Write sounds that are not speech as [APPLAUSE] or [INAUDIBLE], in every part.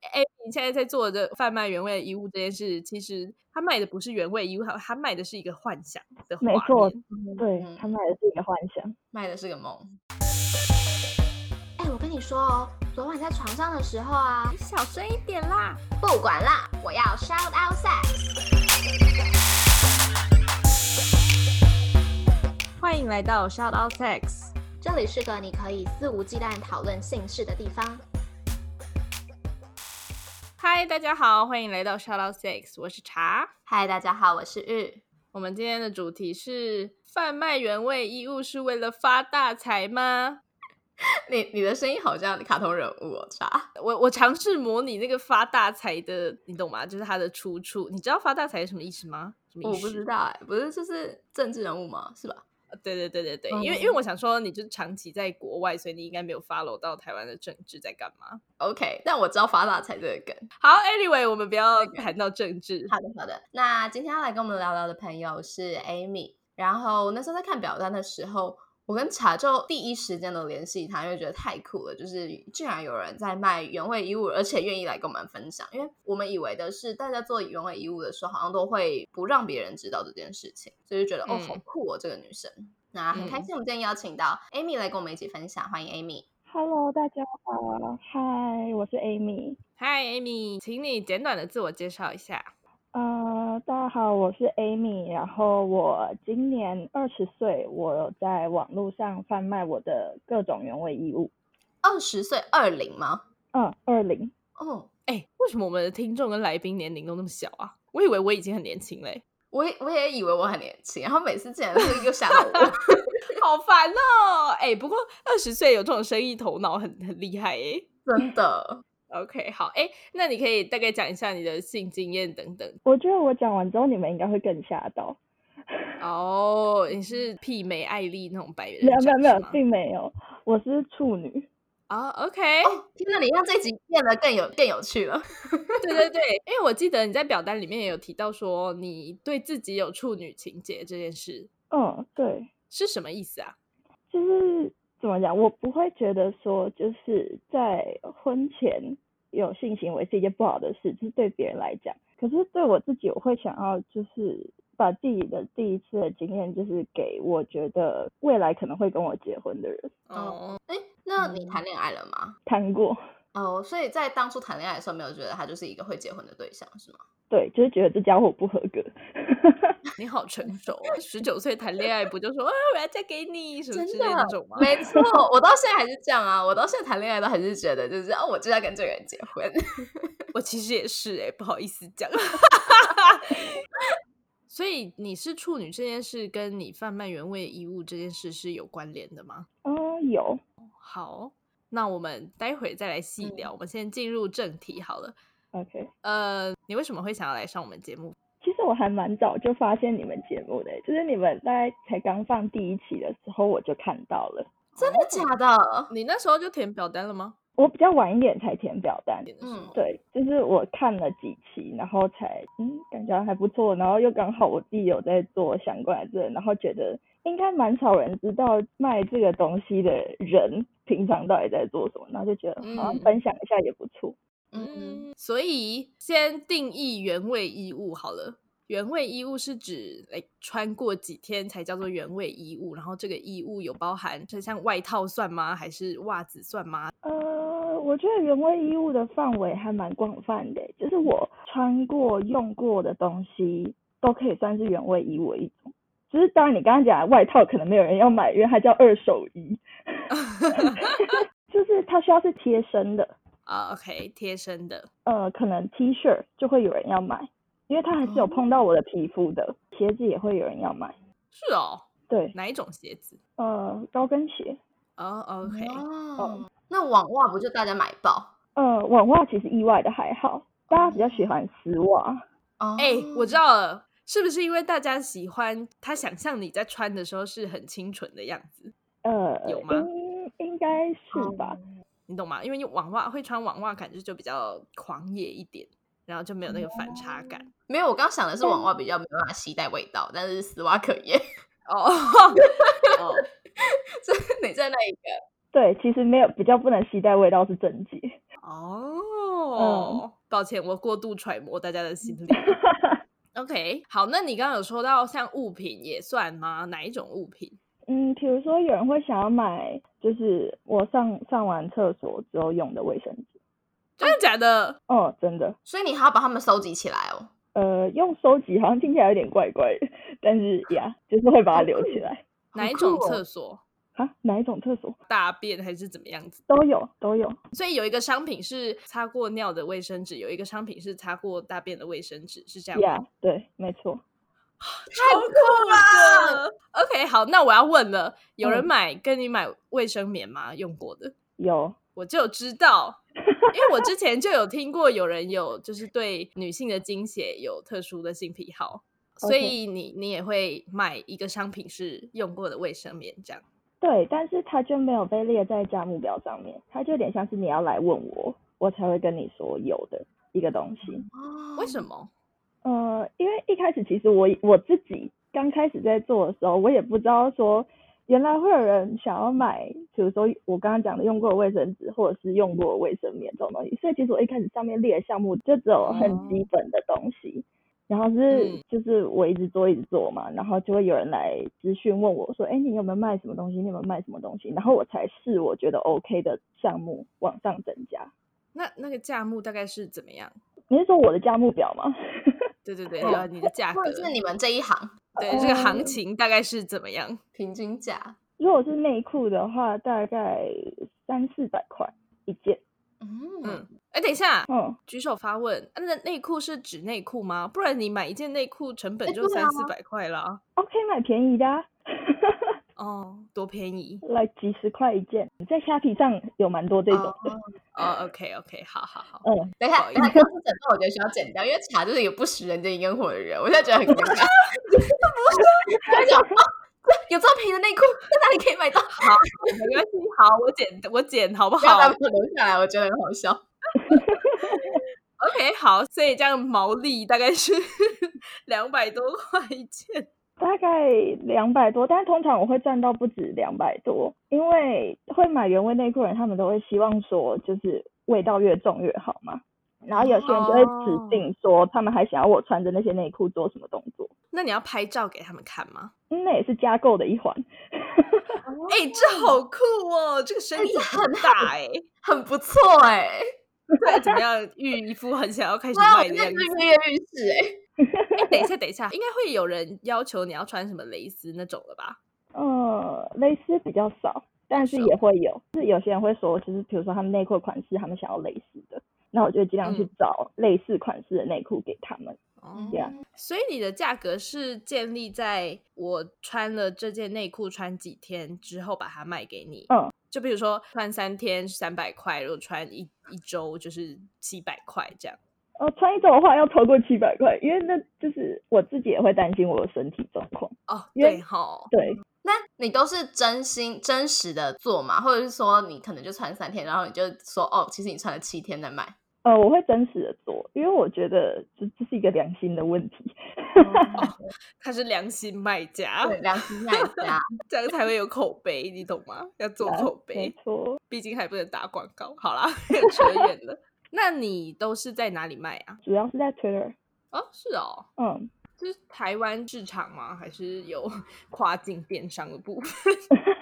A 哎你现在在做的贩卖原味衣物这件事，其实他卖的不是原味衣物，他他卖的是一个幻想的画没错面，对嗯他买的是一个幻想，卖的是个梦。哎，我跟你说哦，昨晚在床上的时候啊你，小声一点啦。不管啦，我要 shout out sex。欢迎来到 Shout Out Sex，这里是个你可以肆无忌惮讨论性事的地方。嗨，大家好，欢迎来到 Shout Out Sex，我是茶。嗨，大家好，我是玉。我们今天的主题是贩卖原味衣物是为了发大财吗？你你的声音好像卡通人物哦，茶。我我尝试模拟那个发大财的，你懂吗？就是它的出处。你知道发大财是什么意思吗？什么我意思？不知道哎、不是就是政治人物吗？是吧？对对对对对，因为因为我想说，你就是长期在国外，所以你应该没有 follow 到台湾的政治在干嘛。 OK，但我知道发大财这个梗。好，anyway，我们不要谈到政治。好的，好的。那今天要来跟我们聊聊的朋友是 Amy，然后那时候在看表单的时候，我跟茶就第一时间的联系他，因为觉得太酷了，就是竟然有人在卖原味衣物，而且愿意来跟我们分享。因为我们以为的是大家做原味衣物的时候，好像都会不让别人知道这件事情，所以就觉得、哦，嗯好酷哦，这个女生。那很开心，我们今天邀请到 Amy 来跟我们一起分享，欢迎 Amy。 Hello，大家好，嗨，我是 Amy。嗨，Amy，请你简短的自我介绍一下。呃，大家好，我是 Amy，然后我今年二十岁，我有在网络上贩卖我的各种原味衣物。二十岁二零吗？嗯，二零，哦，哎，为什么我们的听众跟来宾年龄都那么小啊？我以为我已经很年轻嘞， [LAUGHS] 我也我也以为我很年轻，然后每次竟然是又吓 [LAUGHS] 到我。好烦哦。哎，不过二十岁有这种生意头脑很很厉害哎。真的， OK，好，哎，那你可以大概讲一下你的性经验等等。我觉得我讲完之后，你们应该会更吓到。哦，你是媲美艾丽那种白人没有，没展有，是没有嗯吗，并没有，我是处女。啊，OK，哦，天哪！你让这集变得更有更有趣了。对对对，因为我记得你在表单里面也有提到说你对自己有处女情结这件事嗯，对，是什么意思啊？就是怎么讲，我不会觉得说就是在婚前有性行为是一件不好的事，就是对别人来讲。可是对我自己，我会想要就是把自己的第一次的经验，就是给我觉得未来可能会跟我结婚的人哦，哎，那你谈恋爱了吗？谈过。哦，所以在当初谈恋爱的时候，没有觉得他就是一个会结婚的对象，是吗？ [LAUGHS] 对，就是觉得这家伙不合格。你好成熟啊，十九岁谈恋爱不就说啊我要嫁给你什么真之类的啊那种吗？没错，我到现在还是这样啊，我到现在谈恋爱都还是觉得就是哦，我就要跟这个人结婚。我其实也是哎、不好意思讲。 [LAUGHS] 所以你是处女这件事跟你贩卖原味衣物这件事是有关联的吗？嗯，有。好，那我们待会再来细聊。嗯我们先进入正题好了。 OK，呃，你为什么会想要来上我们节目？其实我还蛮早就发现你们节目的，就是你们大概才刚放第一期的时候我就看到了。真的假的？你那时候就填表单了吗？我比较晚一点才填表单，填的嗯时候，对，就是我看了几期，然后才嗯感觉还不错，然后又刚好我自己有在做相关的这个，然后觉得应该蛮少人知道卖这个东西的人平常到底在做什么，然后就觉得好像嗯分享一下也不错。嗯，嗯，所以先定义原味衣物好了。原味衣物是指哎穿过几天才叫做原味衣物，然后这个衣物有包含，就像外套算吗？还是袜子算吗？ [LAUGHS] 呃，我觉得原味衣物的范围还蛮广泛的，就是我穿过用过的东西都可以算是原味衣物的一种。就是当然你刚刚讲的外套可能没有人要买，因为它叫二手衣，就是它需要是贴身的，啊，OK，贴身的，呃，可能 T 恤就会有人要买，因为它还是哦有碰到我的皮肤的，鞋子也会有人要买，是哦，对，哪一种鞋子？呃，高跟鞋，哦，OK，哦，那网袜不就大家买爆？呃，网袜其实意外的还好，大家比较喜欢丝袜。哦，哎、我知道了，是不是因为大家喜欢他想象你在穿的时候是很清纯的样子，呃，有吗哦应应该是吧。哦你懂吗？因为你网袜会穿网袜，感觉就比较狂野一点，然后就没有那个反差感。没有，我刚想的是网袜比较没办法携带味道，但是丝袜可以。 [LAUGHS] 哦哦，这你在那一个对，其实没有比较不能携带味道是正解。嗯哦，抱歉，我过度揣摩大家的心理。OK，好，那你刚刚有说到像物品也算吗？哪一种物品？嗯，比如说有人会想要买，就是我上上完厕所之后用的卫生纸。真啊的假的？哦，真的，所以你还要把它们收集起来哦。呃，用收集好像听起来有点怪怪的，但是呀，就是会把它留起来哪一种酷哦厕所？啊。哪一种厕所大便还是怎么样子？都有，都有。所以有一个商品是擦过尿的卫生纸，有一个商品是擦过大便的卫生纸，是这样吗呀、对，没错。超酷的。OK，好，那我要问了，有人嗯买、跟你买卫生棉吗？用过的，有，我就知道，因为我之前就有听过有人有就是对女性的经血有特殊的性癖好，所 OK 以你你也会买一个商品是用过的卫生棉这样。对，但是它就没有被列在价目表上面，它就有点像是你要来问我，我才会跟你说有的一个东西。哦为什么？呃，因为一开始其实我我自己刚开始在做的时候，我也不知道说原来会有人想要买，比如说我刚刚讲的用过的卫生纸或者是用过的卫生棉这种东西，所以其实我一开始上面列的项目就只有很基本的东西。然后是嗯就是我一直做一直做嘛，然后就会有人来咨询问我说，哎，你有没有卖什么东西？你有没有卖什么东西？然后我才试我觉得 OK 的项目往上增加。那那个价目大概是怎么样？你是说我的价目表吗？对对对，呃，你的价格或，者是你们哦这一哦行对这个行嗯情大概是怎么样？平均价？如果是内裤的话，大概三四百块一件。嗯嗯，哎，等一下，嗯，举手发问，啊那内裤是指内裤吗？不然你买一件内裤成本哎就对三啊四百块啦。哦，可以买便宜的、啊，哦，多便宜来几十块一件，在虾皮上有蛮多这种的。哦。OK OK，好好好，嗯，等一不下，好意等思一下，公司整段我觉得需要剪掉，因为茶就是一个不食人间烟火的人，我现在觉得很 [LAUGHS] 尴尬。不是，他讲哦有这么便宜的内裤，在哪里可以 [LAUGHS] 买到？好，没关系，好，我剪我剪好不不要好把我留下来，我觉得很 [LAUGHS] 好笑。 ？OK，好，所以这样毛利大概是 [LAUGHS] 两百多块一件。大概两百多，但是通常我会赚到不止两百多，因为会买原味内裤的人，他们都会希望说就是味道越重越好嘛。然后有些人就会哦指定说，他们还想要我穿着那些内裤做什么动作，那你要拍照给他们看吗？嗯那也是加购的一环。哎、这好酷哦！这个生哦哎意这很大哎、很不错哎、 [LAUGHS] 对，怎么样？玉一副很想要 [LAUGHS] 开始对啊，我卖现的在样就子。跃跃欲试哎。哎、等一下，等一下，应该会有人要求你要穿什么蕾丝那种了吧？呃，蕾丝比较少，但是少也会有，是有些人会说，就是比如说他们内裤的款式，他们想要蕾丝的，那我就尽量去嗯找类似款式的内裤给他们。哦对啊所以你的价格是建立在我穿了这件内裤穿几天之后把它卖给你。嗯，就比如说穿三天三百块，如果穿一一周就是七百块这样。呃，穿一周的话要超过七百块，因为那就是我自己也会担心我的身体状况。哦，因为对哈，对，那你都是真心真实的做嘛，或者是说你可能就穿三天，然后你就说哦，其实你穿了七天再买。呃，我会真实的做，因为我觉得这这是一个良心的问题。他是良心卖家，对，良心卖 [LAUGHS] 家，这样才会有口碑，你懂吗？要做啊口没碑，错，毕竟还不能打广告。好啦， [LAUGHS] 扯远了。那你都是在哪里卖啊？主要是在 Twitter。哦，是哦，嗯，是台湾市场吗？还是有 [LAUGHS] 跨境电商的部分？ [LAUGHS]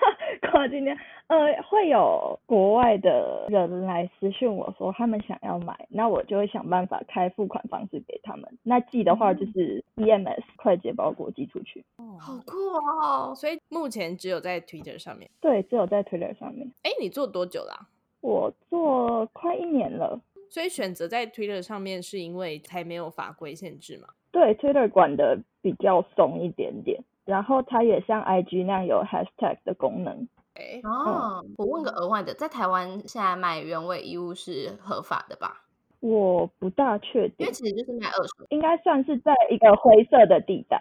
靠今天呃会有国外的人来私讯我说他们想要买，那我就会想办法开付款方式给他们。那寄的嗯话就是 EMS 快捷包裹寄出去。好酷哦！所以目前只有在 Twitter 上面。对，只有在 Twitter 上面。哎，你做多久啦、我做快一年了，所以选择在 Twitter 上面是因为才没有法规限制嘛？对 Twitter 管的比较松一点点，然后它也像 IG 那样有 hashtag 的功能。哎，哦，我问个额外的，在台湾现在卖原味衣物是合法的吧？我不大确因定为，其实就是卖二手。应该算是在一个灰色的地带。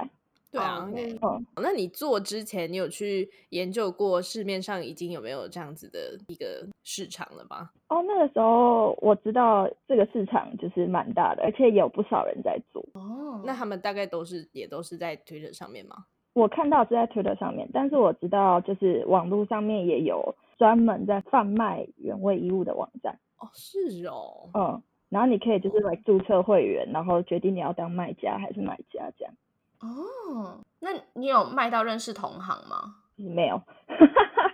对啊，哦应该嗯那你做之前，你有去研究过市面上已经有没有这样子的一个市场了吗？哦，那个时候我知道这个市场就是蛮大的，而且有不少人在做。哦那他们大概都是也都是在 Twitter 上面吗？我看到是在 Twitter 上面，但是我知道就是网络上面也有专门在贩卖原味衣物的网站。哦，是哦，嗯，然后你可以就是来注册会员，然后决定你要当卖家还是买家这样。哦，那你有卖到认识同行吗？没有，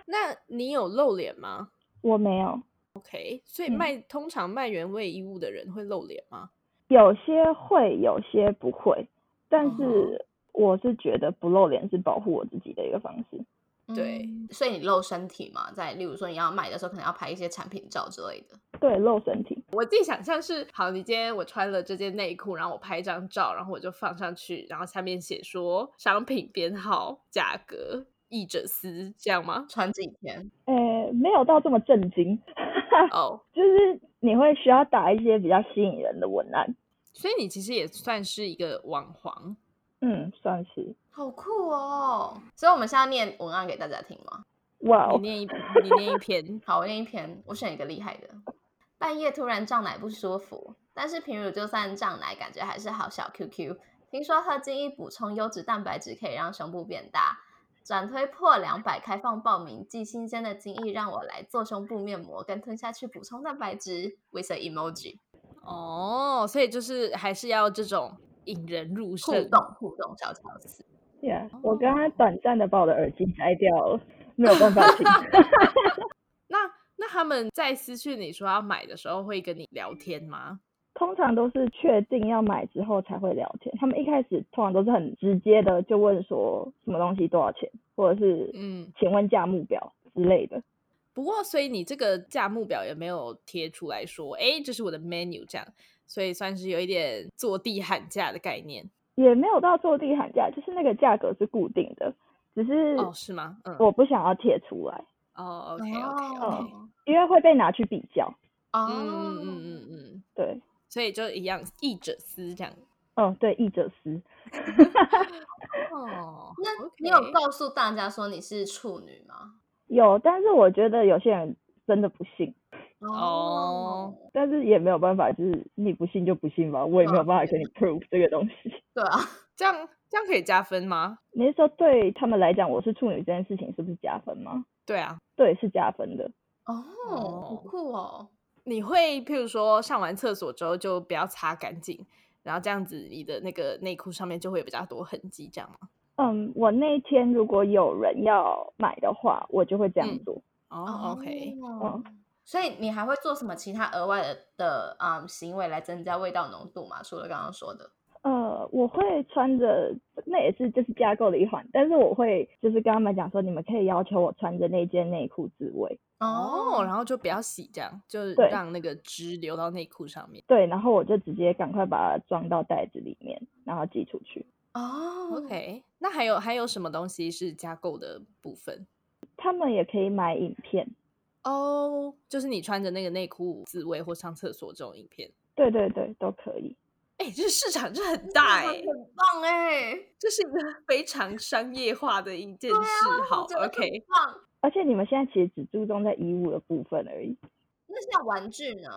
那你有露脸吗？我没有。 OK，所以嗯卖、通常卖原味衣物的人会露脸吗？有些会，有些不会，但嗯是我是觉得不露脸是保护我自己的一个方式。对嗯，所以你露身体嘛，在例如说你要卖的时候，可能要拍一些产品照之类的。对，露身体，我自己想象是，好，你今天我穿了这件内裤，然后我拍一张照，然后我就放上去，然后下面写说商品编号、价格、译者私，这样吗？穿几天？呃，没有到这么震惊，哎哦，就是你会需要打一些比较吸引人的文案。所以你其实也算是一个网黄。嗯，算是。好酷哦！所以我们现在念文案给大家听吗？哇、你哦，念一，你念一篇好，我念一篇，我选一个厉害的。半夜突然胀奶不舒服，但是平乳就算胀奶，感觉还是好小 QQ。听说喝精益补充优质蛋白质可以让胸部变大，转推破两百开放报名，寄新鲜的精益让我来做胸部面膜，跟吞下去补充蛋白质。with a emoji 哦，所以就是还是要这种引人入互胜。动互动小巧思。 yeah, 啊哦我刚刚短暂的把我的耳机摘掉了，没有办法 [LAUGHS] 听。那那他们在私讯你说要买的时候，会跟你聊天吗？通常都是确定要买之后才会聊天，他们一开始通常都是很直接的，就问说什么东西多少钱，或者是嗯请问价目表之类的。不过，所以你这个价目表也没有贴出来说，哎，这是我的 menu 这样，所以算是有一点坐地喊价的概念也没有到坐地喊价，就是那个价格是固定的，只是哦，是吗？嗯，我不想要贴出来，哦，OK OK 哦 OK，因为会被拿去比较。哦，嗯嗯嗯嗯嗯，对，所以就一样，译者思这样。嗯，对，译者思，哦，那 OK 你有告诉大家说你是处女吗？有，但是我觉得有些人真的不信，哦，但是也没有办法，就是你不信就不信吧，我也没有办法跟你 prove 这个东西。 [LAUGHS] 对啊，这样这样可以加分吗？你是说对他们来讲我是处女这件事情是不是加分吗？对啊，对，是加分的。哦，好哦酷哦，你会譬如说上完厕所之后就不要擦干净，然后这样子你的那个内裤上面就会有比较多痕迹，这样吗？嗯，我那一天如果有人要买的话，我就会这样嗯做。哦，OK，哦所以你还会做什么其他额外的的啊、嗯行为来增加味道浓度吗？除了刚刚说的，呃，我会穿着，那也是就是架构的一环，但是我会就是跟他们讲说，你们可以要求我穿着那件内裤自慰，哦，然后就不要洗，这样就是对让那个汁流到内裤上面。对，然后我就直接赶快把它装到袋子里面，然后寄出去。哦 OK，那还有还有什么东西是加购的部分？他们也可以买影片，哦、就是你穿着那个内裤自慰或上厕所这种影片。对对对，都可以。哎、这市场这很欸大哎、很棒哎、这是一个非常商业化的一件事。好我觉得很，OK，棒。而且你们现在其实只注重在衣物的部分而已，那像玩具呢？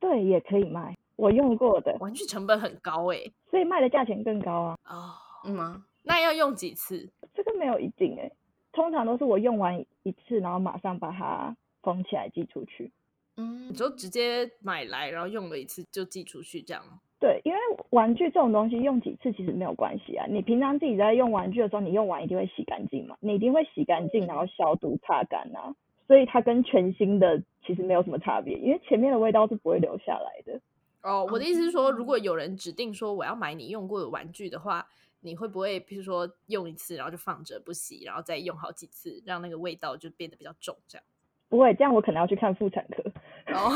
对，也可以卖，我用过的，玩具成本很高哎、所以卖的价钱更高啊。哦，嗯吗？那要用几次？这个没有一定哎、通常都是我用完一次，然后马上把它封起来寄出去。嗯你，就直接买来，然后用了一次就寄出去这样吗。对，因为玩具这种东西用几次其实没有关系啊。你平常自己在用玩具的时候，你用完一定会洗干净嘛，你一定会洗干净，然后消毒擦干啊。所以它跟全新的其实没有什么差别，因为前面的味道是不会留下来的。哦，我的意思是说，如果有人指定说我要买你用过的玩具的话，你会不会，譬如说用一次，然后就放着不洗，然后再用好几次，让那个味道就变得比较重，这样？ [LAUGHS] 不会，这样我可能要去看妇产科。哦，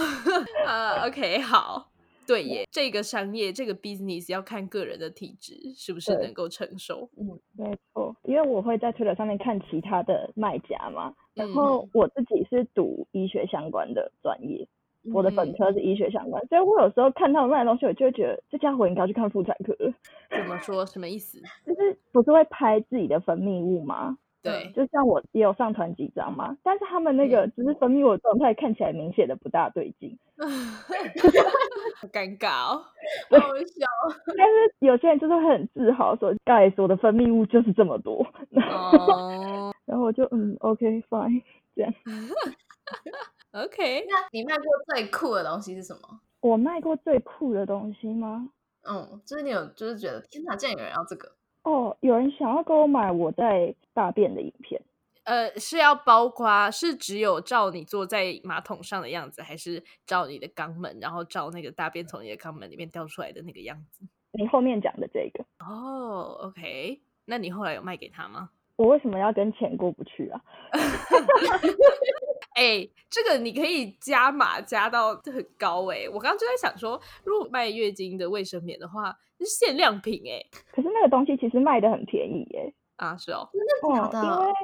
呃，OK，好，对耶，这个商业这个 business 要看个人的体质是不是对能够承受。 [LAUGHS] 没错，因为我会在推特上面看其他的卖家嘛，然嗯后我自己是读医学相关的专业，我的本嗯科是医学相关，所以我有时候看他们卖的东西，我就会觉得这家伙应该要去看妇产科了。怎么说？什么意思？就是不是会拍自己的分泌物吗？对，嗯就像我也有上传几张嘛，但是他们那个只是分泌物的状态看起来明显的不大对劲，好尴尬哦。好笑。但是有些人就是会很自豪说，盖说我的分泌物就是这么多，哦，然后我就嗯，OK fine， OK，那你卖过最酷的东西是什么？我卖过最酷的东西吗？嗯，就是你有就是觉得天哪，竟然有人要这个，哦，有人想要给我买我在大便的影片，呃，是要包括是只有照你坐在马桶上的样子，还是照你的肛门，然后照那个大便从你的肛门里面掉出来的那个样子？你后面讲的这个，哦，OK、o k 那你后来有卖给他吗？我为什么要跟钱过不去啊？哎、这个你可以加码加到很高哎、我刚刚就在想说，如果卖月经的卫生棉的话，是限量品哎、可是那个东西其实卖的很便宜耶、啊，是哦，真的假哦，因为的？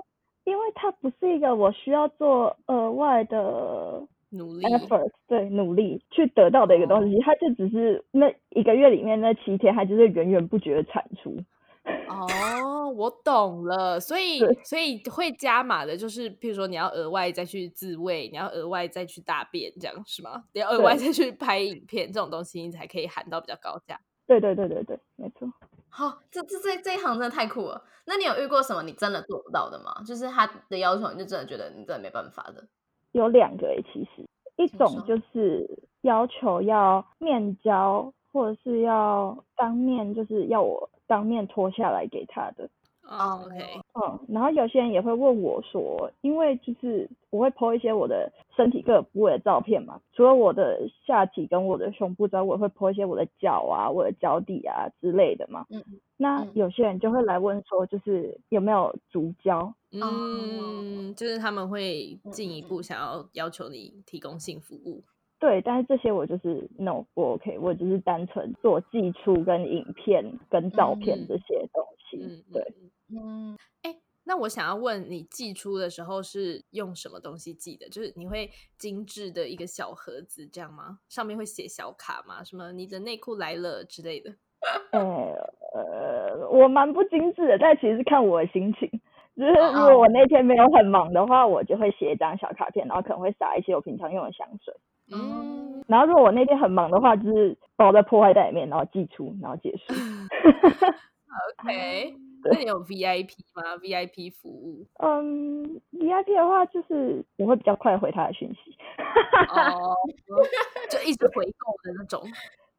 因为它不是一个我需要做额外的努力 effort，对，努力去得到的一个东西，哦它就只是那一个月里面那七天，它就是源源不绝的产出。哦，我懂了， [LAUGHS] 所以对所以会加码的，就是譬如说你要额外再去自慰，你要额外再去大便，这样是吗？你要额外再去拍影片这种东西，你才可以喊到比较高价。对对对对对，没错。好、这这这这一行真的太酷了。那你有遇过什么你真的做不到的吗？就是他的要求，你就真的觉得你真的没办法的。有两个诶，其实一请种说就是要求要面交，或者是要当面，就是要我当面脱下来给他的。哦哦 OK，嗯，然后有些人也会问我说，因为就是我会 po 一些我的身体各个部位的照片嘛，除了我的下体跟我的胸部之外，我也会 po 一些我的脚啊、我的脚底啊之类的嘛。嗯，那嗯有些人就会来问说，就是有没有足交？哦嗯，就是他们会嗯进一嗯步想要要求你提供性服务。对，但是这些我就是 no 不 OK，我只是单纯做寄出跟影片跟照嗯片这些东西。嗯，对，嗯。嗯，那我想要问你，寄出的时候是用什么东西寄的？就是你会精致的一个小盒子这样吗？上面会写小卡吗？什么你的内裤来了之类的？嗯呃呃，我蛮不精致的，但其实是看我的心情。就是哦如果我那天没有很忙的话，我就会写一张小卡片，然后可能会撒一些我平常用的香水。嗯，然后如果我那天很忙的话，就是包在破坏袋里面，然后寄出，然后结束。 [LAUGHS] OK，那你有 VIP 吗？VIP 服务嗯，VIP 的话就是我会比较快回他的讯息，哦，就一直回购的那种。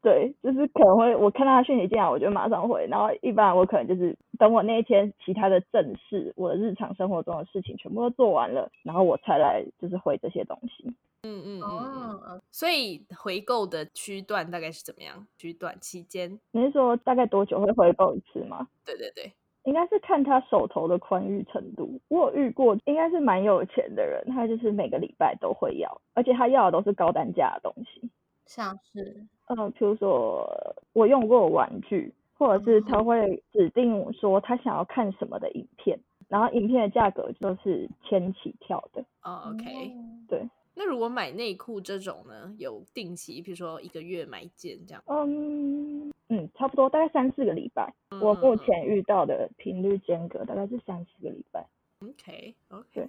对，就是可能会我看到他讯息进来，我就马上回。然后一般我可能就是等我那一天其他的正事，我的日常生活中的事情全部都做完了，然后我才来就是回这些东西。嗯嗯嗯嗯。哦，所以回购的区段大概是怎么样？区段期间？你是说大概多久会回购一次吗？对对对。应该是看他手头的宽裕程度。我有遇过，应该是蛮有钱的人，他就是每个礼拜都会要，而且他要的都是高单价的东西。像是呃，比如说我用过的玩具，或者是他会指定说他想要看什么的影片，然后影片的价格就是千起跳的。哦 OK，、嗯那如果买内裤这种呢，有定期，比如说一个月买一件这样。嗯嗯，差不多大概三四个礼拜。我目前遇到的频率间隔大概是三四个礼拜。 OK OK 对。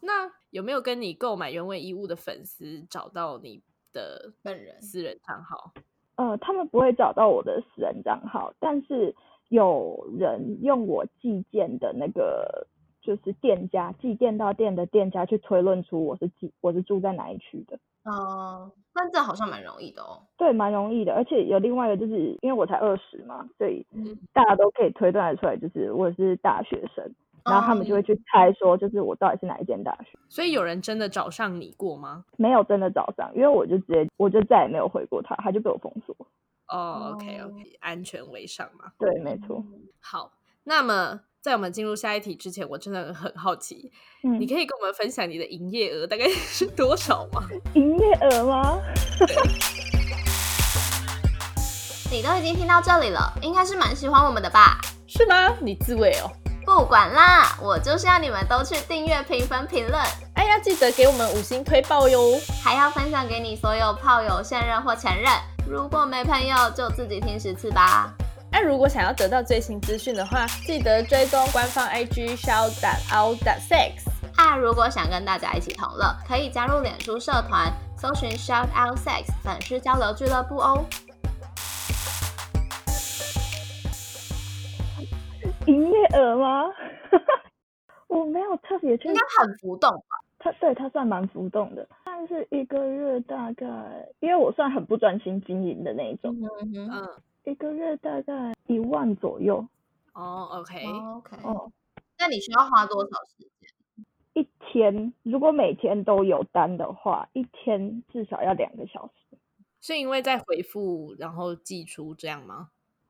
那有没有跟你购买原味衣物的粉丝找到你的本人私人账号？呃，他们不会找到我的私人账号，但是有人用我寄件的那个就是店家寄件到店的店家去推论出我是寄我是住在哪一区的，哦，但这好像蛮容易的哦。对，蛮容易的。而且有另外一个就是因为我才二十嘛，所以嗯大家都可以推断得出来，就是我是大学生，然后他们就哦会去猜说就是我到底是哪一间大学。所以有人真的找上你过吗？没有真的找上，因为我就直接我就再也没有回过他，他就被我封锁。哦，OK 哦 OK，安全为上嘛。对，没错。好，那么在我们进入下一题之前，我真的很好奇，嗯，你可以跟我们分享你的营业额大概 [LAUGHS] 是多少吗？营业额吗？你都已经听到这里了，应该是蛮喜欢我们的吧？是吗？你自慰哦？不管啦，我就是要你们都去订阅、评分、评论，哎呀，记得给我们五星推爆哟！还要分享给你所有炮友、现任或前任。如果没朋友，就自己听十次吧。那如果想要得到最新资讯的话，记得追踪官方 IG shout out sex。啊，如果想跟大家一起同乐，可以加入脸书社团，搜寻 Shout Out Sex 粉丝交流俱乐部哦。营业额吗？ [LAUGHS] 我没有特别去应该，很浮动吧？他对他算蛮浮动的。那算是一个月大概，因为我算很不专心经营的那一种，嗯哼嗯，一个月大概一万左右哦，OK，哦，OK，哦，那你需要花多少时间？一天如果每天都有单的话，一天至少要两个小时。是因为在回复然后寄出这样吗？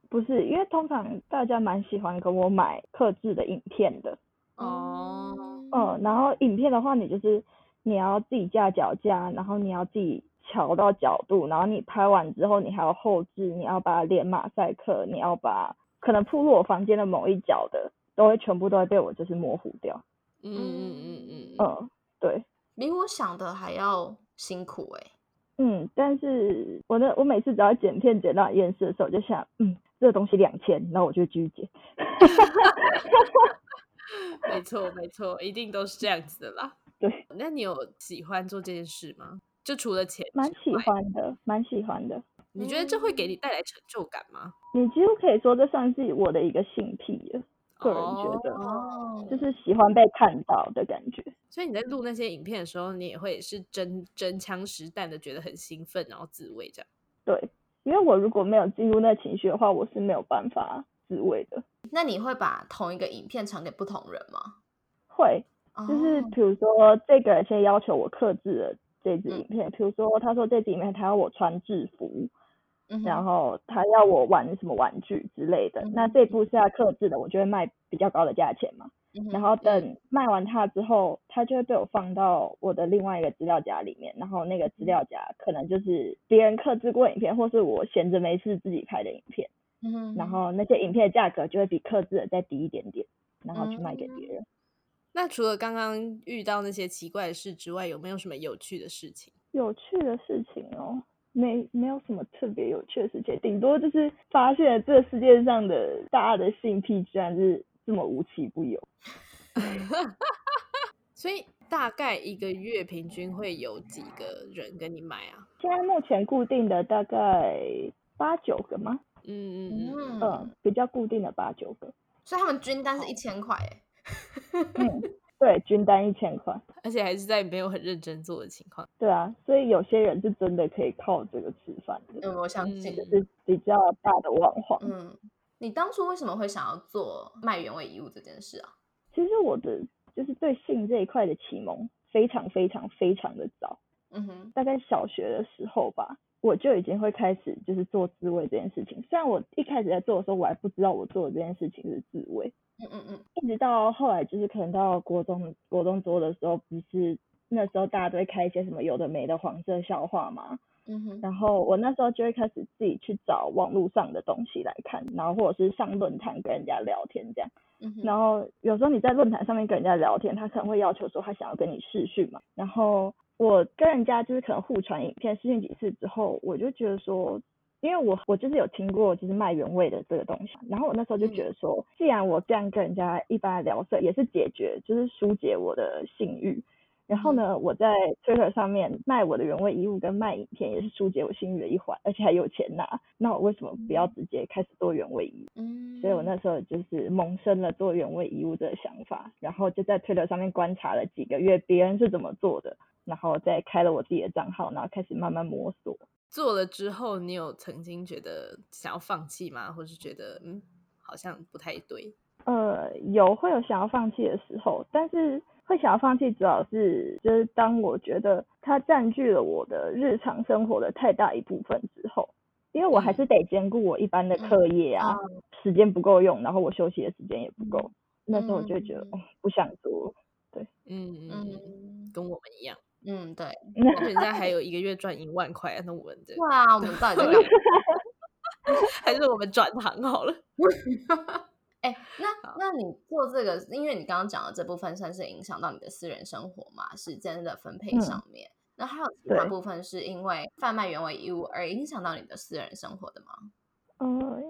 不是，因为通常大家蛮喜欢跟我买克制的影片的，哦，嗯，然后影片的话，你就是你要自己架脚架，然后你要自己调到角度，然后你拍完之后，你还有后置，你要把它连马赛克，你要把可能铺入我房间的某一角的，都会全部都会被我就是模糊掉。嗯嗯嗯嗯嗯，嗯，对，比我想的还要辛苦哎、嗯，但是我的我每次只要剪片剪到厌世的时候，我就想，嗯，这个东西两千，然后我就继续剪。没错没错，一定都是这样子的啦。对，那你有喜欢做这件事吗？就除了钱，蛮喜。欢的，蛮喜欢的。你觉得这会给你带来成就感吗？你几乎可以说这算是我的一个性癖了，个人觉得，哦，就是喜欢被看到的感觉。所以你在录那些影片的时候，你也会是真真枪实弹的觉得很兴奋，然后自慰这样。对，因为我如果没有进入那情绪的话，我是没有办法自慰的。那你会把同一个影片传给不同人吗？会，就是哦比如说这个人先要求我克制了这支嗯影片，比如说他说这支影片他要我穿制服，嗯然哼，后他要我玩什么玩具之类的。那嗯这一部是要克制的，我就会卖比较高的价钱嘛。嗯然哼后等卖完它之后，它就会被我放到我的另外一个资料夹里面，然后那个资料嗯夹可能就是别人克制过的影片，或是我闲着没事自己拍的影片，嗯哼然后那些影片的价格就会比克制的再低一点点，然后去卖嗯给别人。那除了刚刚遇到那些奇怪的事之外，有没有什么有趣的事情？有趣的事情哦，没没有什么特别有趣的事情，顶多就是发现了这世界上的大家的性癖居然是这么无奇不有。所以大概一个月平均会有几个人跟你买啊？现在目前固定的大概八九个吗？嗯嗯嗯嗯，嗯嗯，比较固定的八九个。所以他们均单是一千块哎、嗯，对，均单一千块。而且还是在没有很认真做的情况。对啊，所以有些人是真的可以靠这个吃饭的，有没有相信？嗯是比较大的网红。嗯，你当初为什么会想要做卖原味衣物这件事啊？其实我的就是对性这一块的启蒙非常非常非常的早，嗯哼，大概小学的时候吧，我就已经会开始就是做自慰这件事情。虽然我一开始在做的时候，我还不知道我做的这件事情是自慰，嗯嗯嗯，一直到后来就是可能到国中国中多的时候，不是那时候大家都会开一些什么有的没的黄色笑话嘛，嗯哼，然后我那时候就会开始自己去找网络上的东西来看，然后或者是上论坛跟人家聊天这样。嗯哼，然后有时候你在论坛上面跟人家聊天，他可能会要求说他想要跟你视讯嘛。然后我跟人家就是可能互传影片，视讯几次之后，我就觉得说，因为我我就是有听过就是卖原味的这个东西，然后我那时候就觉嗯得说，既然我这样跟人家一般聊色，也是解决就是疏解我的性欲。然后嗯呢，我在 Twitter 上面卖我的原味衣物跟卖影片，也是疏解我性欲的一环，而且还有钱拿。那我为什么不要直接开始做原味衣物嗯，所以我那时候就是萌生了做原味衣物这个想法，然后就在推特上面观察了几个月别人是怎么做的，然后再开了我自己的账号，然后开始慢慢摸索。做了之后，你有曾经觉得想要放弃吗？或是觉得嗯，好像不太对？呃，有会有想要放弃的时候，但是会想要放弃，主要是就是当我觉得它占据了我的日常生活的太大一部分之后，因为我还是得兼顾我一般的课业啊，时间不够用，然后我休息的时间也不够，那时候我就会觉得、嗯哦、不想做了。嗯嗯，嗯，嗯跟我们一样，嗯，对，但人家还有一个月赚一万块啊，那我们这 [LAUGHS] 对啊，我们到底在干嘛？还是我们转行好了。哎、那那你做这个，因为你刚刚讲的这部分算是影响到你的私人生活嘛，时间的分配嗯上面。那还有其他对部分是因为贩卖原味衣物而影响到你的私人生活的吗？呃，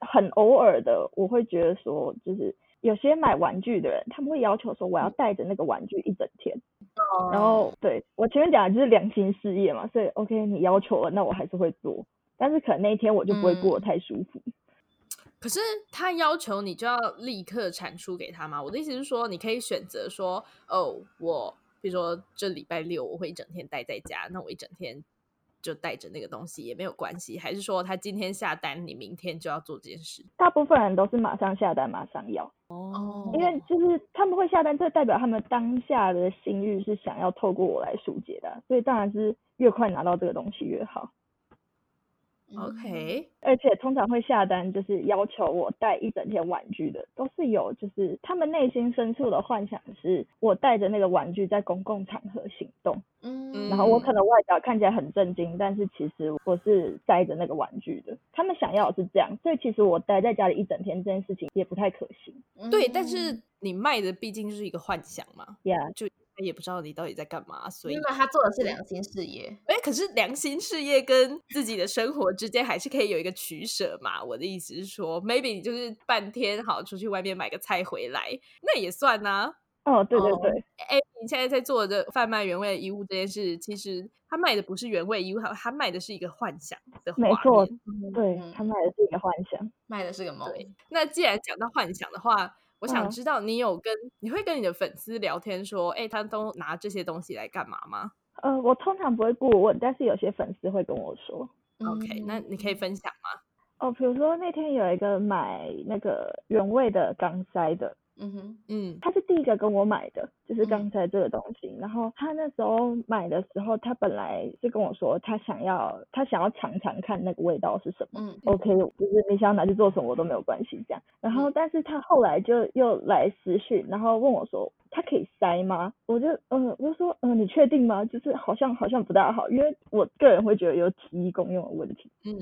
很偶尔的，我会觉得说，就是有些买玩具的人，他们会要求说我要带着那个玩具一整天。嗯然后对我前面讲的就是良心事业嘛，所以 OK，你要求了，那我还是会做，但是可能那一天我就不会过得太舒服。可是他要求你就要立刻产出给他吗？我的意思是说，你可以选择说，哦，我比如说这礼拜六我会一整天待在家，那我一整天就带着那个东西也没有关系，还是说他今天下单，你明天就要做这件事？大部分人都是马上下单，马上要，哦因为就是他们会下单，这代表他们当下的性欲是想要透过我来疏解的啊，所以当然是越快拿到这个东西越好。嗯哦 OK，而且通常会下单，就是要求我带一整天玩具的，都是有，就是他们内心深处的幻想是，我带着那个玩具在公共场合行动，嗯，然后我可能外表看起来很震惊，但是其实我是带着那个玩具的。他们想要的是这样，所以其实我待在家里一整天这件事情也不太可行对，但嗯是你卖的毕竟是一个幻想嘛，呀。就他也不知道你到底在干嘛，所以因为他做的是良心事业，哎，可是良心事业跟自己的生活之间还是可以有一个取舍嘛。我的意思是说，maybe 你就是半天好出去外面买个菜回来，那也算呐、哦，对对哦对，哎，你现在在做的贩卖原味衣物这件事，其实他卖的不是原味衣物，他他卖的是一个幻想的画没错面对嗯他们也是一个幻想。卖的是个梦。对，那既然讲到幻想的话，我想嗯知道你有跟、你会跟你的粉丝聊天说，哎，他都拿这些东西来干嘛吗呃，我通常不会过问，但是有些粉丝会跟我说，嗯？OK，、那嗯你可以分享吗？哦，比如说那天有一个买那个原味的钢塞的，嗯哼，嗯，他是第一个跟我买的，就是嗯刚才这个东西。然后他那时候买的时候，他本来是跟我说他想要他想要尝尝看那个味道是什么。嗯 OK，就是你想要拿去做什么我都没有关系这样。然后，嗯但是他后来就又来私讯，然后问我说他可以塞吗？我就嗯、呃我就说嗯、呃你确定吗？就是好像好像不大好，因为我个人会觉得有体液功用的问题。嗯，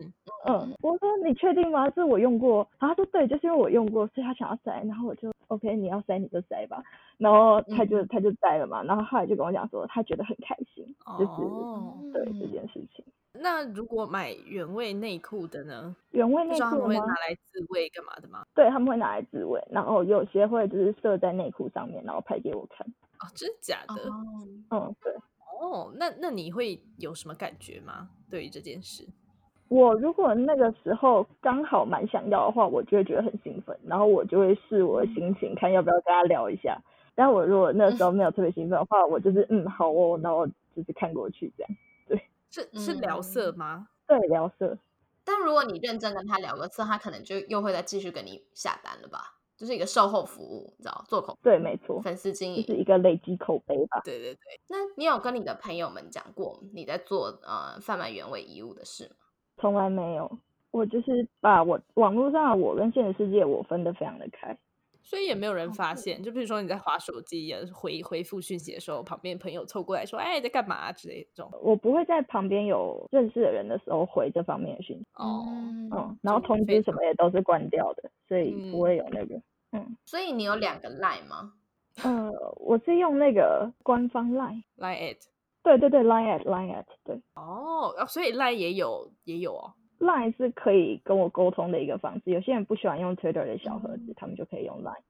嗯，我说你确定吗？是我用过，然后他说对，就是因为我用过，所以他想要塞，然后我就 OK，你要塞你就塞吧，然后他嗯就、他就塞了嘛，然后后来就跟我讲说他觉得很开心，就是、哦。对嗯这件事情，那如果买原味内裤的呢？原味不内知道他裤们会吗拿？来自慰干嘛的吗？对，他们会拿来自慰，然后有些会就是射在内裤上面，然后拍给我看。哦，真的假的？哦，哦嗯，对，那那你会有什么感觉吗？对于这件事？我如果那个时候刚好蛮想要的话，我就会觉得很兴奋，然后我就会试我的心情，看要不要跟他聊一下。但我如果那时候没有特别兴奋的话，我就是嗯好哦，然后就是看过去这样。是是聊色嗯吗？对，聊色，但如果你认真跟他聊个次，他可能就又会再继续跟你下单了吧？就是一个售后服务，你知道，做口对，没错，粉丝经就是营。一个累积口碑吧。对对对，那你有跟你的朋友们讲过你在做呃贩卖原味衣物的事吗？从来没有，我就是把我网络上的我跟现实世界我分得非常的开。所以也没有人哦嗯发是现。就比如说你在划手机，也回回复讯息的时候，旁边朋友凑过来说：“哎，你在干嘛、之类的这种。我不会在旁边有认识的人的时候回这方面的讯息，哦，嗯，然后就通非知什么也都是关掉的，所以不会有那个。所以你有两个 line 吗？呃，我是用那个官方 Line， line it。对对对，Line at Line at，对哦，啊所以 line 也有也有哦。 ，Line 是可以跟我沟通的一个方式。有些人不喜欢用 Twitter 的小盒子，他们就可以用 Line。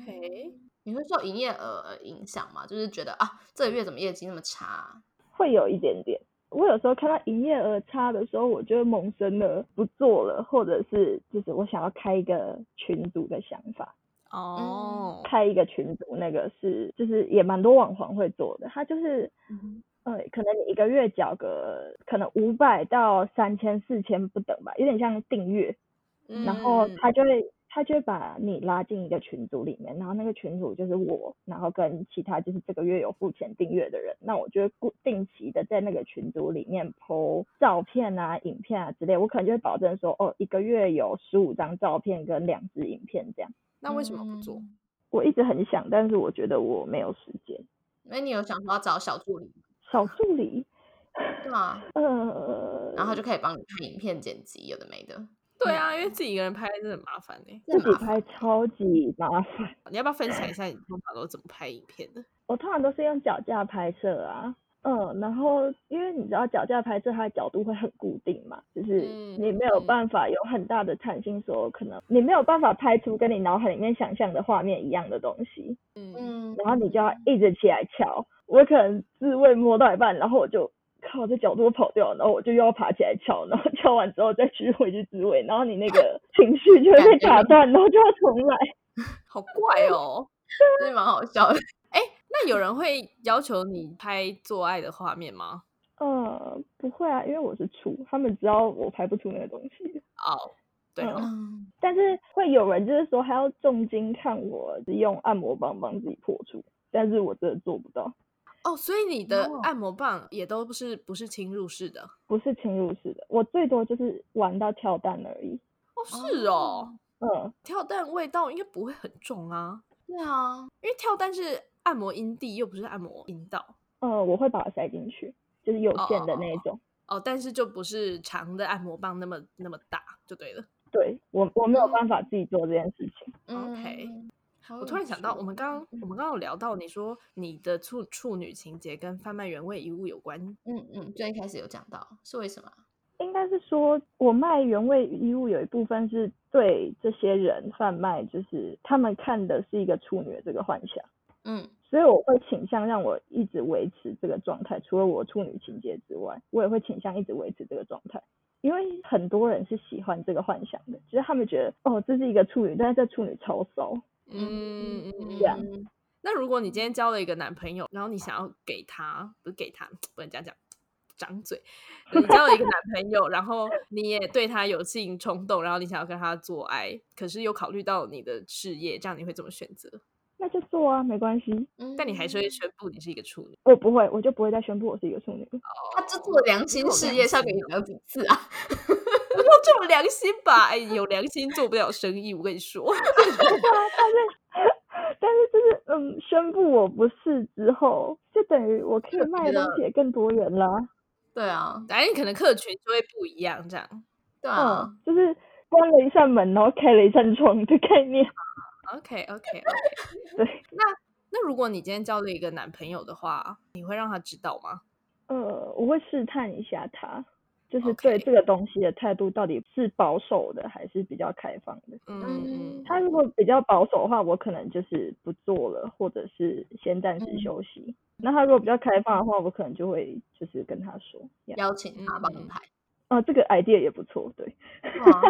OK，你会受营业额而影响吗？就是觉得啊，这个月怎么业绩那么差啊、会有一点点。我有时候看到营业额差的时候，我就会萌生了不做了，或者是就是我想要开一个群组的想法。哦，开一个群组，那个是就是也蛮多网红会做的，他就是。嗯呃，可能你一个月缴个可能五百到三千、四千不等吧，有点像订阅，然后嗯他就会他就会把你拉进一个群组里面，然后那个群组就是我，然后跟其他就是这个月有付钱订阅的人，那我就会固定期的在那个群组里面 po 照片啊、影片啊之类，我可能就会保证说，哦，一个月有十五张照片跟两支影片这样。那为什么不做？嗯我一直很想，但是我觉得我没有时间。那你有想说要找小助理吗？小助理，对啊，呃，然后他就可以帮你看影片剪辑，有的没的。嗯对啊，因为自己一个人拍真的很麻烦呢、这自己很麻烦拍超级麻烦。你要不要分享一下你通常都怎么拍影片的？我通常都是用脚架拍摄啊，嗯，然后因为你知道脚架拍摄它的角度会很固定嘛，就是嗯你没有嗯办法有很大的弹性，说可能你没有办法拍出跟你脑海里面想象的画面一样的东西，嗯，嗯，然后你就要一直起来瞧。我可能自慰摸到一半，然后我就靠这角度跑掉了，然后我就又要爬起来瞧，然后瞧完之后再去回去自慰，然后你那 [LAUGHS] 个情绪就会被感觉打到断，然后就要重来。好怪哦。真的蛮好笑的。哎，那那有人会要求你拍做爱的画面吗？呃，不会啊，因为我是处，他们知道我拍不出那个东西。哦、对哦、嗯，但是会有人就是说还要重金看我用按摩棒帮自己破处，但是我真的做不到，哦，所以你的哦按摩棒也都不是不是侵入式的不是侵入式的，我最多就是玩到跳蛋而已。哦，是哦，嗯，跳蛋味道应该不会很重啊，对啊，因为跳蛋是按摩阴蒂，又不是按摩阴道呃，我会把它塞进去，就是有线的那一种。哦，但是就不是长的按摩棒那么那么大就对了。对我，我没有办法自己做这件事情。嗯 OK 嗯好我有突然想到，趣我们刚刚我们刚刚有聊到，你说你的处处女情节跟贩卖原味遗物有关，嗯嗯，最一开始有讲到是为什么啊？应该是说，我卖原味衣物有一部分是对这些人贩卖，就是他们看的是一个处女的这个幻想，嗯所以我会倾向让我一直维持这个状态。除了我处女情节之外，我也会倾向一直维持这个状态，因为很多人是喜欢这个幻想的，就是他们觉得哦，这是一个处女，但是这处女超骚，嗯嗯嗯这样嗯那如果你今天交了一个男朋友，然后你想要给他，不是给他，不能这样讲，张嘴。你交了一个男朋友，然后你也对他有性冲动，然后你想要跟他做爱，可是又考虑到你的事业，这样你会怎么选择？那就做啊，没关系。嗯但你还是会宣布你是一个处女。 [LAUGHS] 我不会，我就不会再宣布我是一个处 [LAUGHS] 女。他这做良心好事良业是要给心你聊几次啊？不要这么良心吧？哎，有良心做不了生意，我跟你说。 [LAUGHS] 但啊是就是嗯，宣布我不是之后，就等于我可以就卖的觉得东西也更多元啦。 [LAUGHS] 对啊，哎，你可能客群就会不一样，这样。对啊，嗯，就是关了一扇门，然后开了一扇窗的概念。啊 OK OK OK。 [LAUGHS] 对，那如果你今天交了一个男朋友的话，你会让他知道吗？呃，我会试探一下他，就是对 OK 这个东西的态度到底是保守的还是比较开放的。嗯嗯嗯。他如果比较保守的话，我可能就是不做了，或者是先暂时嗯休息。那他如果比较开放的话，我可能就会就是跟他说，呀邀请他帮嗯你 [LAUGHS] 拍。啊，这个 idea 也不错，对。哇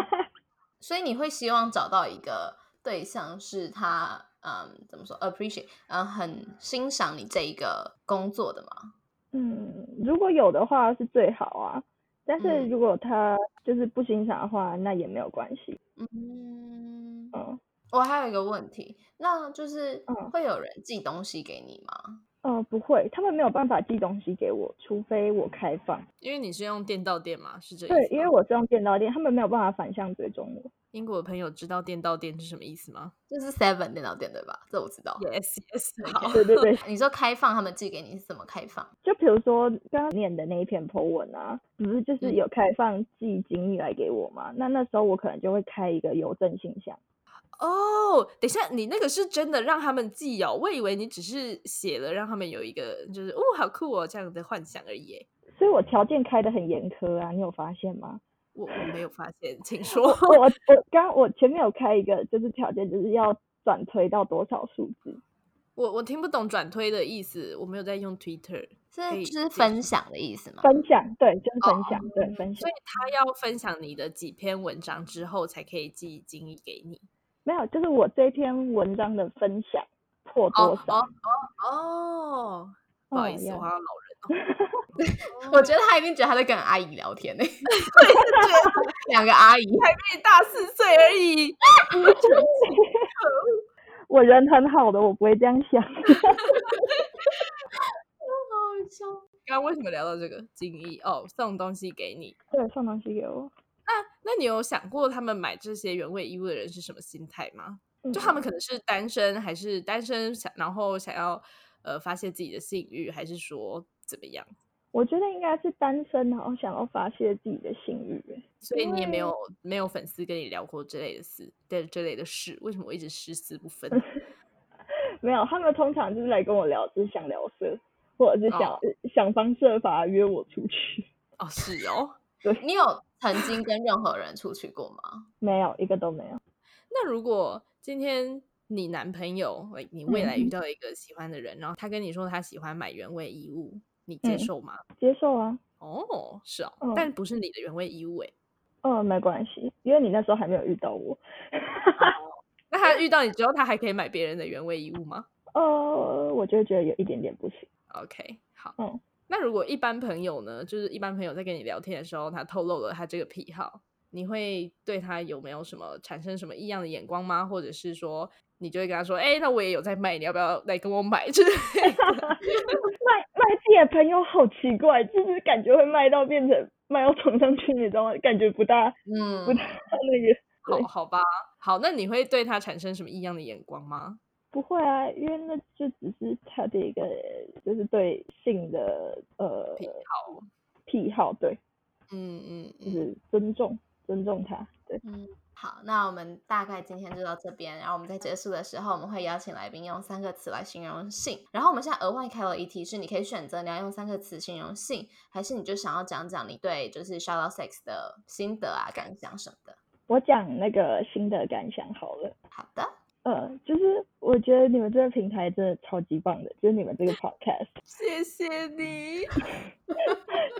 所以你会希望找到一个对象，是他嗯怎么说 appreciate 嗯很欣赏你这一个工作的嘛？嗯，如果有的话是最好啊，但是嗯如果他就是不欣赏的话，那也没有关系。嗯，嗯，我还有一个问题，那就是嗯会有人寄东西给你吗？呃，不会，他们没有办法寄东西给我，除非我开放。因为你是用电到店嘛，是这意啊思吗？对，因为我是用电刀店，他们没有办法反向追踪我。英国的朋友知道电到店是什么意思吗就是 Seven 电脑店对吧？这我知哦道。 ？Yes Yes， OK 好，对对对，你说开放，他们寄给你是怎么开放？就比如说刚刚念的那一篇 po 文啊，不是就是嗯有开放寄精液来给我嘛？那那时候我可能就会开一个邮政信箱。哦，等一下，你那个是真的让他们记哦，我以为你只是写了让他们有一个就是哦好酷哦这样的幻想而已耶。所以我条件开得很严苛啊，你有发现吗？我我没有发现，请 [LAUGHS] 说。 [LAUGHS] 我我我刚我前面有开一个，就是条件就是要转推到多少数字。我我听不懂转推的意思，我没有在用 Twitter，可以是就是解分享的意思吗？分享，对，就是分享，对，分哦所享以。他要分享你的几篇文章之后，才可以寄精益给你。没有，就是我这篇文章的分享破哦多少？哦哦哦，不好哦意思，呀我好像老人哦。 [LAUGHS] 我觉得他一定觉得他在跟阿姨聊天呢、欸两个阿姨，比你 [LAUGHS] 大四岁而已。我人很好的，我不会这样想。 [LAUGHS] 好笑。刚刚为什么聊到这个精益？哦，送东西给你。对，送东西给我。那那你有想过他们买这些原味衣物的人是什么心态吗？嗯就他们可能是单身，还是单身想然后想要呃发泄自己的性欲，还是说怎么样？我觉得应该是单身，然后想要发泄自己的性欲。 [LAUGHS] 欸所以你也没对有没有粉丝跟你聊过这类的事，对这类的事，为什么我一直十思不 [LAUGHS] 分？没有，他们通常就是来跟我聊，就是想聊色，或者是想、哦想方设法约我出去。 [LAUGHS] 哦，是哦。你有曾经跟任何人出去过吗？没有，一个都没有。那如果今天你男朋友，like，你未来遇嗯到一个喜欢的人，然后他跟你说他喜欢买原味衣物，你接嗯受吗？接受啊，哦，是哦，嗯但不是你的原味衣物诶。嗯、没关系，因为你那时候还没有遇到我。 [LAUGHS] 那他遇到你之后，他还可以买别人的原味衣物吗？呃，我就会觉得有一点点不行。 OK，好。嗯那如果一般朋友呢，就是一般朋友在跟你聊天的时候，他透露了他这个癖好，你会对他有没有什么产生什么异样的眼光吗？或者是说，你就会跟他说：“哎、那我也有在卖，你要不要来跟我买？” [LAUGHS] 之类的卖卖自己的朋友好奇怪，就是感觉会卖到变成卖到床上去，你知道吗？感觉不大嗯不大那个。好 [LAUGHS] 对好吧，好，那你会对他产生什么异样的眼光吗？不会啊，因为那就只是他的一个就是对性的呃癖好，癖好，对，嗯嗯就嗯，是尊重尊重他，对，嗯，好，那我们大概今天就到这边。然后我们在结束的时候，我们会邀请来宾用三个词来形容性。然后我们现在额外开了一题，是你可以选择你要用三个词形容性，还是你就想要讲讲你对就是 shout out sex 的心得啊、感想什么的。我讲那个新的感想好了。好的，呃，就是我觉得你们这个平台真的超级棒的，就是你们这个 podcast，谢谢你。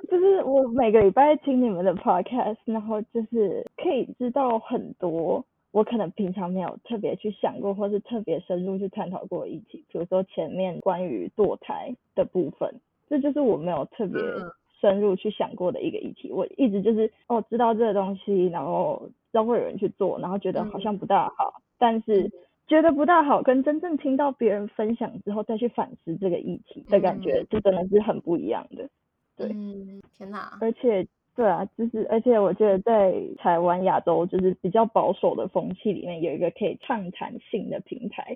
就是我每个礼拜听你们的 podcast，然后就是可以知道很多我可能平常没有特别去想过，或是特别深入去探讨过的议题，比如说前面关于堕胎的部分，这就是我没有特别嗯深入去想过的一个议题。我一直就是哦，知道这个东西，然后知道会有人去做，然后觉得好嗯像不大好，但是。觉得不大好，跟真正听到别人分享之后再去反思这个议题的感嗯觉，这真的是很不一样的。对嗯，天哪，而且对啊，就是而且我觉得在台湾亚洲就是比较保守的风气里面，有一个可以畅谈性的平台，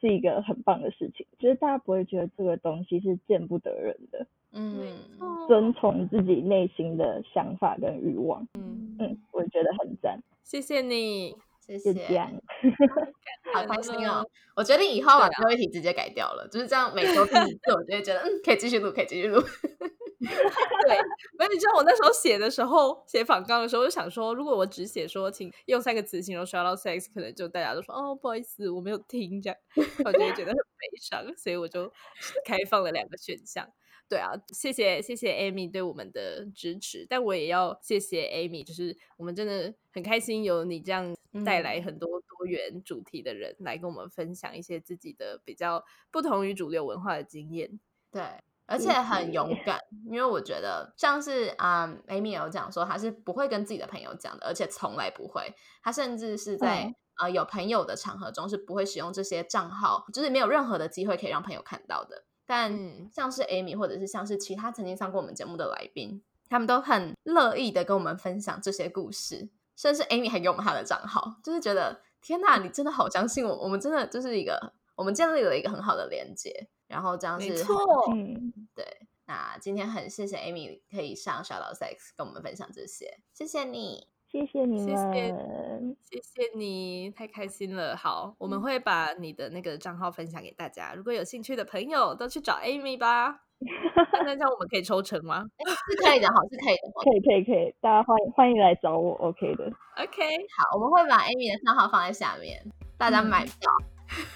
是一个很棒的事情。就是大家不会觉得这个东西是见不得人的，嗯，遵从自己内心的想法跟欲望。嗯，嗯，我觉得很赞，谢谢你，谢就谢，这样。好人开心了哦！我决定以后把嗯对啊最后一题直接改掉了，就是这样，每周听一次，我就会觉得嗯，可以继续录，可以继 [LAUGHS] 续录。对，而且你知道我那时候写的时候，写访纲的时候，我就想说，如果我只写说请用三个词形容 shout out sex，可能就大家都说哦，不好意思，我没有听这样，我就会觉得很悲伤，所以我就开放了两个选项。对啊，谢谢谢谢 Amy 对我们的支持，但我也要谢谢 Amy，就是我们真的很开心有你这样带来嗯很多多元主题的人来跟我们分享一些自己的比较不同于主流文化的经验。对，嗯而谢且很勇谢 [LAUGHS] 敢，因为我觉得像是啊、a m y 有讲说她是不会跟自己的朋友讲的，而且从来不会，她甚至是在、嗯呃有朋友的场合中是不会使用这些账号，就是没有任何的机会可以让朋友看到的。但嗯像是 Amy 或者是像是其他曾经上过我们节目的来宾，他们都很乐意的跟我们分享这些故事，甚至 Amy 还给我们她的账号，就是觉得天呐，你真的好相信我，我们真的就是一个，我们建立了一个很好的连接，然后这样没是错嗯，对。那今天很谢谢 Amy 可以上 Shout Out Sex 跟我们分享这些，谢谢你。谢谢你谢们。谢谢谢你，太开心了。好，我们会把你的那个账号分享给大家，如果有兴趣的朋友都去找 Amy 吧。那那这样我们可以抽成吗诶是可以的，好，是可以的。可以可以可以，大家欢迎欢迎来找我，OK 的。 ？OK，好，我们会把 Amy 的账号放在下面，大家嗯买票。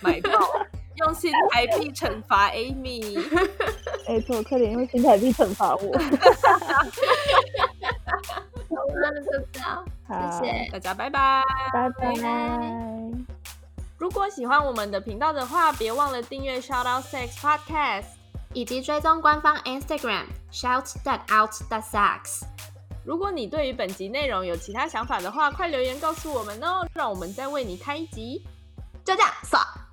买票，用 [LAUGHS] 心台币惩罚 Amy。 [LAUGHS] 没错，快点用新台币惩罚我。好了，就这样，啊好， [LAUGHS] [LAUGHS] 谢谢。大家拜拜。拜拜拜。如果喜欢我们的频道的话，别忘了订阅 Shout Out Sex Podcast。以及追踪官方 Instagram shout that out that sucks。如果你对于本集内容有其他想法的话，快留言告诉我们哦，让我们再为你开一集。就这样，爽。啊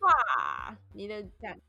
哇，你的赞。